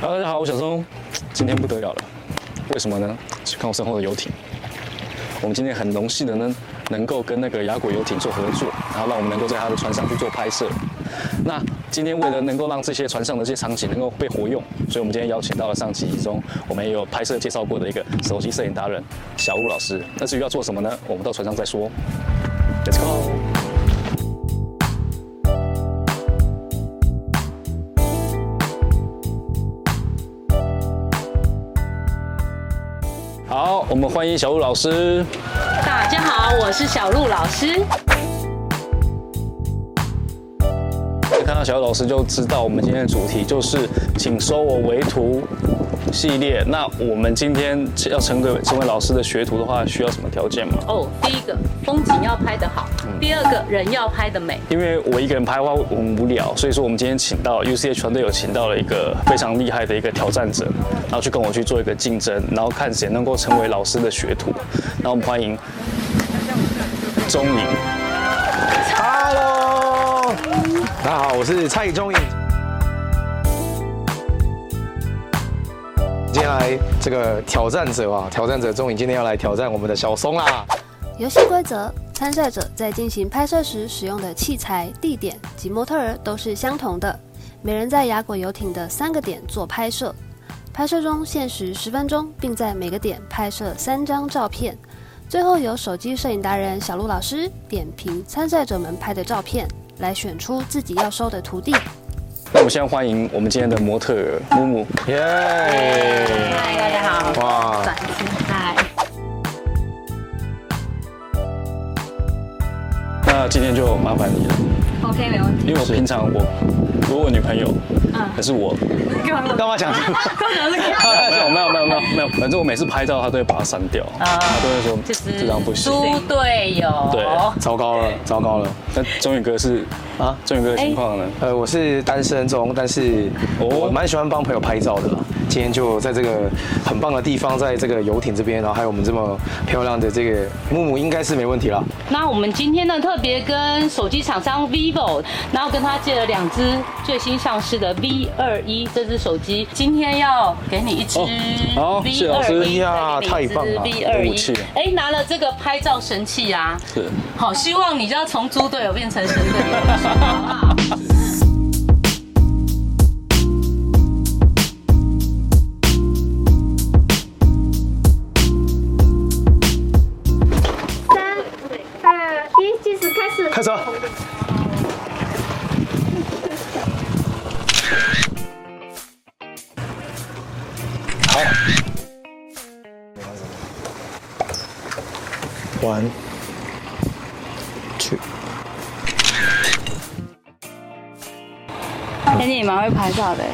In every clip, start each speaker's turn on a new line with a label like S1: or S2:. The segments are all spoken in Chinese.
S1: Hello，大家好，我小松，今天不得了了，为什么呢？去看我身后的游艇。我们今天很荣幸的呢，能够跟那个雅果游艇做合作，然后让我们能够在它的船上去做拍摄。那今天为了能够让这些船上的这些场景能够被活用，所以我们今天邀请到了上集中我们也有拍摄介绍过的一个手机摄影达人小吴老师。那至于要做什么呢？我们到船上再说。Let's go。好，我们欢迎小吴老师。
S2: 大家好，我是小鹿老师。
S1: 看到小鹿老师就知道，我们今天的主题就是“请收我为徒”系列。那我们今天要成为成为老师的学徒的话，需要什么条件吗？
S2: 哦，第一个风景要拍得好，
S1: 嗯
S2: 第二个人要拍得美。
S1: 因为我一个人拍的话我很无聊，所以说我们今天请到 UCH 团队有请到了一个非常厉害的一个挑战者，然后去跟我去做一个竞争，然后看谁能够成为老师的学徒。那我们欢迎钟颖。
S3: Hello，大家好，我是蔡宗颖。接下来这个挑战者啊，挑战者终于今天要来挑战我们的小松啊啦。
S4: 游戏规则：参赛者在进行拍摄时使用的器材、地点及模特儿都是相同的。每人在雅果游艇的三个点做拍摄，拍摄中限时十分钟，并在每个点拍摄三张照片。最后由手机摄影达人小鹿老师点评参赛者们拍的照片，来选出自己要收的徒弟。
S1: 那我们先欢迎我们今天的模特儿木木。
S3: 耶、
S2: 嗨，大家好，
S3: 哇
S2: 转机嗨，
S1: 那今天就麻烦你了。
S5: OK，没问题。
S1: 因为我平常我我有女朋友，可是我
S3: 干嘛讲这个？
S1: 没有没有没有没有没有，反正我每次拍照她都会把它删掉，她都会说
S2: 就是
S1: 这张不行。
S2: 猪队友。
S1: 对
S3: 糟糕了，糟糕了
S1: 那钟宇哥是
S3: 啊！
S1: 钟宇哥的情况呢？
S3: 呃，我是单身中，但是
S1: 哦
S3: 我蛮喜欢帮朋友拍照的啦。今天就在这个很棒的地方，在这个游艇这边，然后还有我们这么漂亮的这个木木，应该是没问题啦。
S2: 那我们今天呢，特别跟手机厂商 vivo，然后跟他借了两只最新上市的 V 二一这只手机，今天要给你一只
S1: 哦好
S2: V 二
S1: 谢谢老师哎
S2: 一，
S3: 呀太棒了
S2: ！V 二
S1: 有武器
S2: 一，哎，拿了这个拍照神器啊，
S1: 是
S2: 好，希望你就要从猪队友变成神队友，好不好？
S5: 三、二、一，计时开始。
S3: 开始啊。好。玩。去。
S5: 哎，你也蛮会拍照的。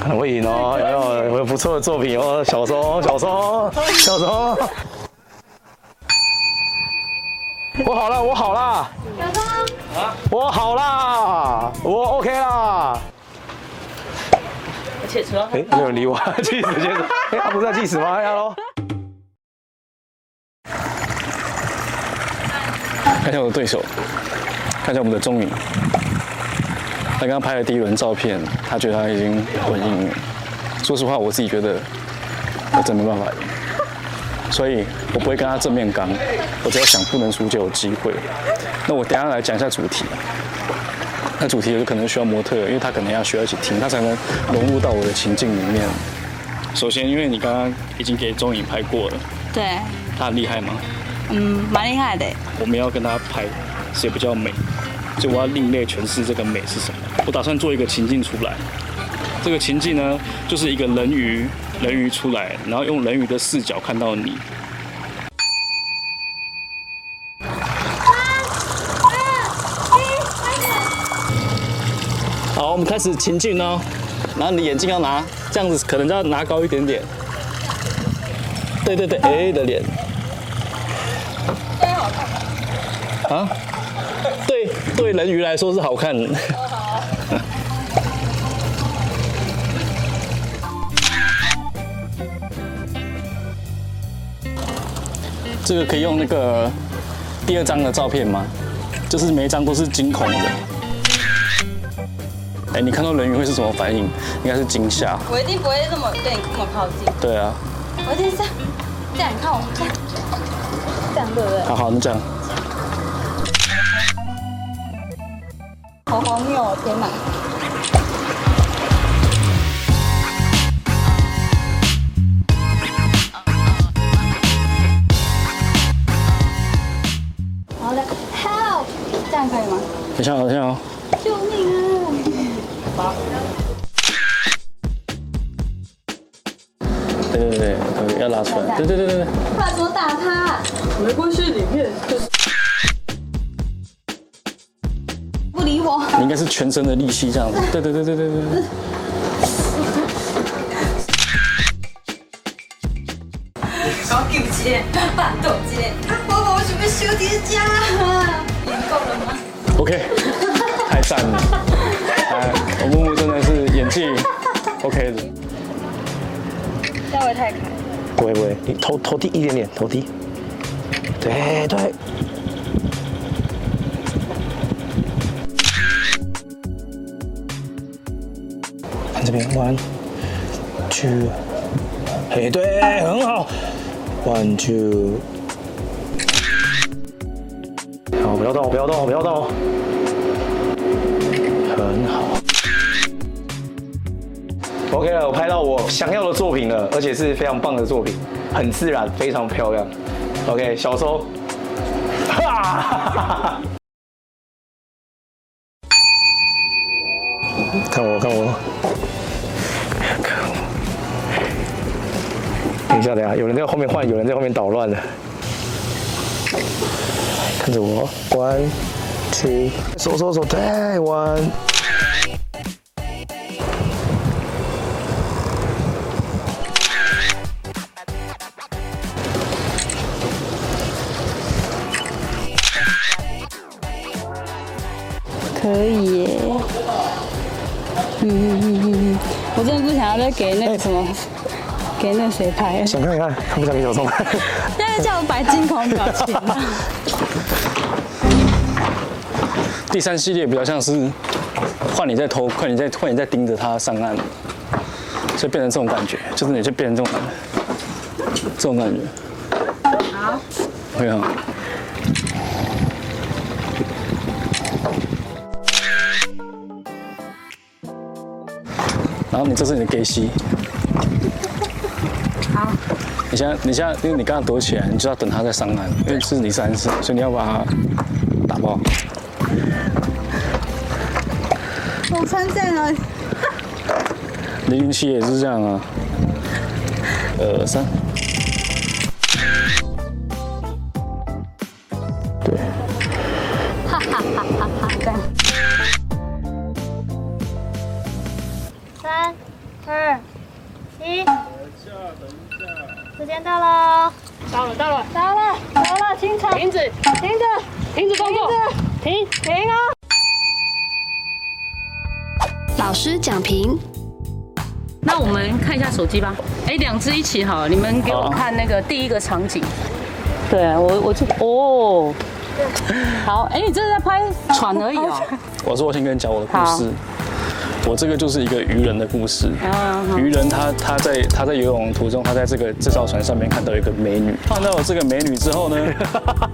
S3: 可能会赢哦，有没有？我有不错的作品哦，小松，小松，小松。我好了，我好啦。
S5: 小松，
S3: 我好啦，我 OK 啦。
S2: 而且除了
S3: 哎、没有人理我， 气死气死！哎、他不是在气死吗？哎呀喽，
S1: 看一下我的对手，看一下我们的钟宇。他刚刚拍了第一轮照片，他觉得他已经稳赢了。说实话，我自己觉得我真没办法赢，所以我不会跟他正面刚，我只要想不能输就有机会。那我等一下来讲一下主题。那主题有可能需要模特，因为他可能要需要一起听，他才能融入到我的情境里面。首先，因为你刚刚已经给钟颖拍过了，
S5: 对，
S1: 他很厉害吗？
S5: 嗯，蛮厉害的。
S1: 我们要跟他拍谁比较美，所以我要另类诠释这个美是什么。我打算做一个情境出来，这个情境呢，就是一个人鱼，人鱼出来，然后用人鱼的视角看到你。好，我们开始情境哦。然后你的眼镜要拿，这样子可能要拿高一点点。对对对，A 的脸。啊，对对，人鱼来说是好看。 这个可以用那个第二张的照片吗？就是每一张都是惊恐的。哎、你看到人鱼会是什么反应？应该是惊吓。
S6: 我一定不会这么对你这么靠近，
S1: 对啊，
S6: 我一定是这样，这样你看我这样，这样对不对？
S1: 好好，那这样，
S6: 好荒谬哦，天哪！好嘞，Help，这样可以吗？
S1: 等一下，等一下哦。
S6: 救命啊！
S1: 对对对对，要拉出来。对对对对对。
S6: 快多打他！没关系，里面就是不理我。
S1: 你应该是全身的力气这样子。对对对对对对对。
S6: 小狗接，半豆接，我我准备休爹家了。你够了吗？
S1: OK，太赞 了！哎，我木木真的是演技 OK 的。
S6: 稍微太开。
S3: 不会不会，你头头低一点点，头低。对对。看这边，one two，嘿，对，很好。one two。好，不要动，不要动，不要动。很好。OK 了，我拍到我想要的作品了，而且是非常棒的作品，很自然，非常漂亮。OK，小收。哈看我，看我，看我。等一下，等一下，有人在后面换，有人在后面捣乱了。看着我，one two，手手手，对，one。
S2: 可以耶。嗯嗯嗯嗯嗯，我真的不想要再给那个什么，给那个谁拍了。
S3: 想看看，看不想给小松看。
S2: 现在叫我摆惊恐表情。
S1: 第三系列比较像是换你在偷，换你在换你在盯着他上岸，所以变成这种感觉，就是你就变成这种这种感觉。好，会啊。然后你这是你的 gay 吸。你现在，你现在，因为你刚刚躲起来，你就要等他再上岸，因为是你三次，所以你要把他打爆。
S6: 我穿这样了，
S1: 零零七也是这样啊。呃，三。对，
S5: 三二一，时间到喽！
S2: 到了到了，
S5: 到了，到了，清场，
S2: 停止，
S5: 停着，
S2: 停止动作，停。
S5: 停哦！
S4: 老师讲评，
S2: 那我们看一下手机吧。哎，两只一起好，你们给我看那个第一个场景。对啊，我我就哦。好，哎，你这是在拍船而已 哦。
S1: 我说我先跟你讲我的故事。我这个就是一个渔人的故事。
S2: 啊好
S1: 渔人他他在他在游泳途中，他在这个这艘船上面看到一个美女，看到这个美女之后 呢，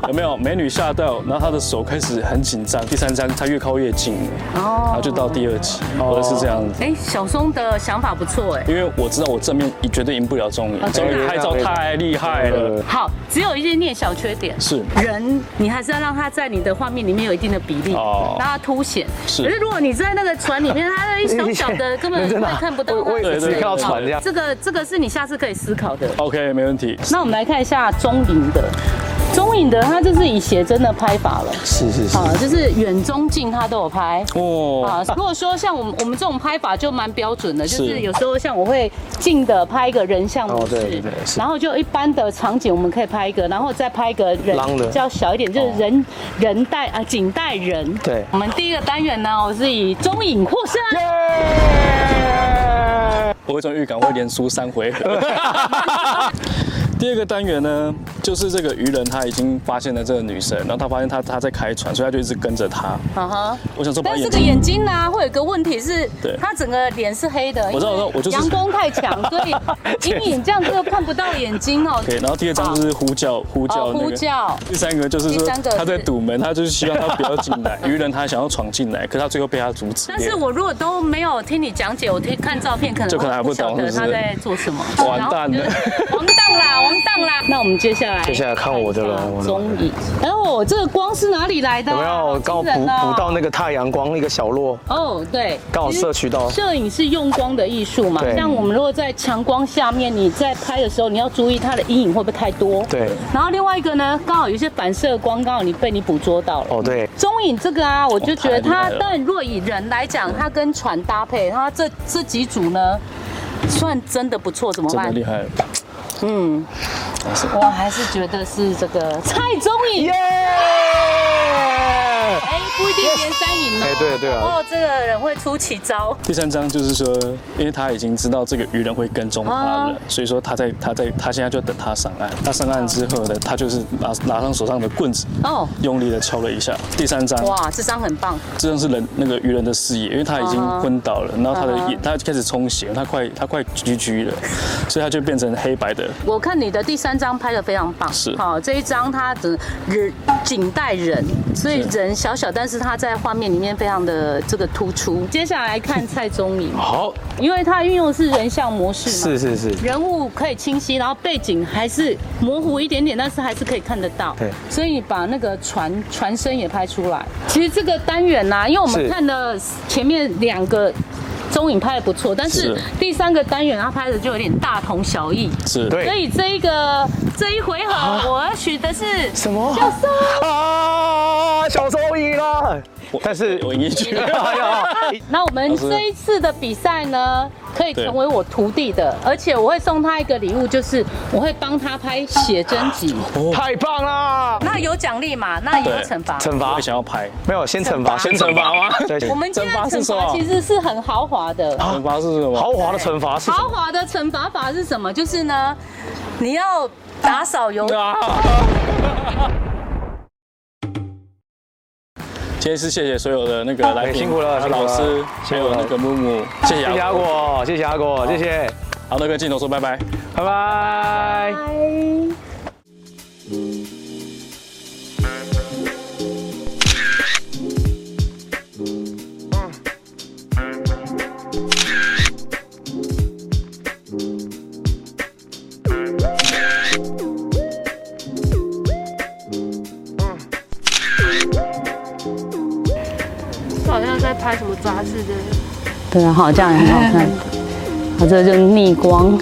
S1: 有没有美女吓到？然后他的手开始很紧张。第三章他越靠越近了，然后
S2: 哦。
S1: 就到第二集，我的是这样子。
S2: 哎，小松的想法不错哎。
S1: 因为我知道我正面绝对赢不了中
S2: 哦
S1: 原，
S2: 真
S1: 中
S2: 的啊
S1: 原拍照太厉害了。
S2: 好，只有一点点小缺点。
S1: 是
S2: 人，你还是要让它在你的画面里面有一定的比例，
S1: 哦
S2: 让它凸显。
S1: 是
S2: 可是如果你在那个船里面，它一 小小的，根本
S3: 真的啊
S2: 看不到它。
S3: 我我也
S1: 是只看到
S3: 船这样
S2: 这个这个是你下次可以思考的。
S1: OK，没问题。
S2: 那我们来看一下中影的，中影的它就是以写真的拍法了，
S3: 是是是
S2: 啊，就是远中近它都有拍。
S1: 哦，
S2: 啊，如果说像我们我们这种拍法就蛮标准的，就是是有时候像我会近的拍一个人像模
S3: 哦对
S2: 式
S3: 对对，是
S2: 然后就一般的场景我们可以拍一个，然后再拍一个人
S3: 浪的
S2: 比较小一点，
S1: 哦
S2: 就是人人带啊景带人。
S3: 对
S2: 我们第一个单元呢，我是以中影获胜啊。
S1: 我有一种预感会连输三回合。第二个单元呢，就是这个渔人他已经发现了这个女生，然后他发现她她在开船，所以他就一直跟着她。
S2: 哈啊哈。
S1: 我想说把
S2: 但是
S1: 眼
S2: 这个
S1: 睛
S2: 眼睛呢、会有一个问题是
S1: 对，
S2: 他整个脸是黑的，
S1: 我知道
S2: 因为
S1: 我知道我就是
S2: 阳光太强，所以
S1: 对
S2: 阴影这样就看不到眼睛 哦。
S1: 可以，然后第二张就是呼叫呼叫
S2: 哦
S1: 那
S2: 呼
S1: 个。
S2: 叫，哦
S1: 第三个就是
S2: 第
S1: 说
S2: 三个是
S1: 他在堵门，他就是希望他不要进 来。渔人他想要闯进来，可他最后被他阻止。
S2: 但是我如果都没有听你讲解，我听看照片可能
S1: 就可能还不懂
S2: 晓得
S1: 是不
S2: 他
S1: 是
S2: 在做什么。
S1: 完蛋了
S2: 然后就是王荡啦，王荡啦。那我们接下来
S3: 接下来看我的了我的
S2: 中影。哦，这个光是哪里来的啊？
S3: 有没有刚好
S2: 好惊
S3: 补
S2: 人哦
S3: 补到那个太阳光一个小落？
S2: 哦，对，
S3: 刚好
S2: 其实
S3: 摄取到
S2: 摄影是用光的艺术嘛，
S3: 对
S2: 像我们如果在强光下面，你在拍的时候，你要注意它的阴影会不会太多。。
S3: 对，
S2: 然后另外一个呢，刚好有一些反射光，刚好你被你捕捉到了。
S3: 哦对，
S2: 中影这个啊，我就觉得
S1: 太厉害
S2: 它
S1: 了，
S2: 但若以人来讲，它跟船搭配，它这这几组呢，算真的不错，怎么
S1: 真的
S2: 办
S1: 厉？害，
S2: 嗯，我还是觉得是这个蔡中影
S3: 耶。！
S2: 哎，不一定连三影哦。
S3: 哎对对啊
S2: 哦，这个人会出奇招。
S1: 第三章就是说，因为他已经知道这个渔人会跟踪他了，
S2: 啊
S1: 所以说他在他在他现在就等他上岸。他上岸之后呢，他就是拿拿上手上的棍子，
S2: 哦，
S1: 用力的敲了一下。第三章，
S2: 哇，智商很棒。
S1: 这张是人那个渔人的视野，因为他已经
S2: 啊哈
S1: 昏倒了，然后他的
S2: 啊哈
S1: 眼他开始充血，他快他快居居了，所以他就变成黑白的。
S2: 我看你的第三张拍的非常棒，
S1: 是
S2: 好这一张它的人仅带人，所以人小小，但是它在画面里面非常的这个突出。接下来看蔡宗颖，
S3: 好，
S2: 因为它运用的是人像模式嘛，
S3: 是是是，
S2: 人物可以清晰，然后背景还是模糊一点点，但是还是可以看得到。
S3: 对
S2: 所以你把那个船船身也拍出来。其实这个单元呐、因为我们
S3: 是
S2: 看了前面两个。中影拍的不错，但是
S1: 是
S2: 第三个单元它拍的就有点大同小异。
S1: 是，
S3: 对
S2: 所以这一个这一回
S1: 啊
S2: 合，我要取的是
S3: 什么？啊，小时候赢了， 但是
S1: 我赢去了。
S3: 哎 呀，
S2: 那我们这一次的比赛呢，可以成为我徒弟的，而且我会送他一个礼物，就是我会帮他拍写真集。
S3: 太棒啦！
S2: 那有奖励嘛？那也有
S1: 对
S2: 惩罚。
S3: 惩
S1: 我
S3: 罚
S1: 也想要拍，
S3: 没有，先惩罚，
S2: 惩罚
S1: 惩罚吗？
S3: 对，
S2: 我们今天的
S1: 惩罚是
S2: 惩
S1: 什
S2: 罚
S1: 么
S2: 其实是很豪华的。
S1: 惩罚是什么？
S3: 啊豪华的惩罚是什
S2: 豪
S3: 么？
S2: 华的惩罚法是什么？就是呢，你要打扫油
S1: 啊！ 今天是谢谢所有的那个来
S3: 哎
S1: 宾，
S3: 辛苦了
S1: 还有老
S3: 辛苦
S1: 师
S3: 了，
S1: 还有那个木木，谢谢
S3: 谢谢阿
S1: 阿果。
S3: 果，谢谢阿果，谢谢，
S1: 好，那跟镜头说拜拜。
S3: 拜拜。
S5: 好像在拍什么杂志的。
S2: 对啊，好，这样也很好看。好，这就逆光。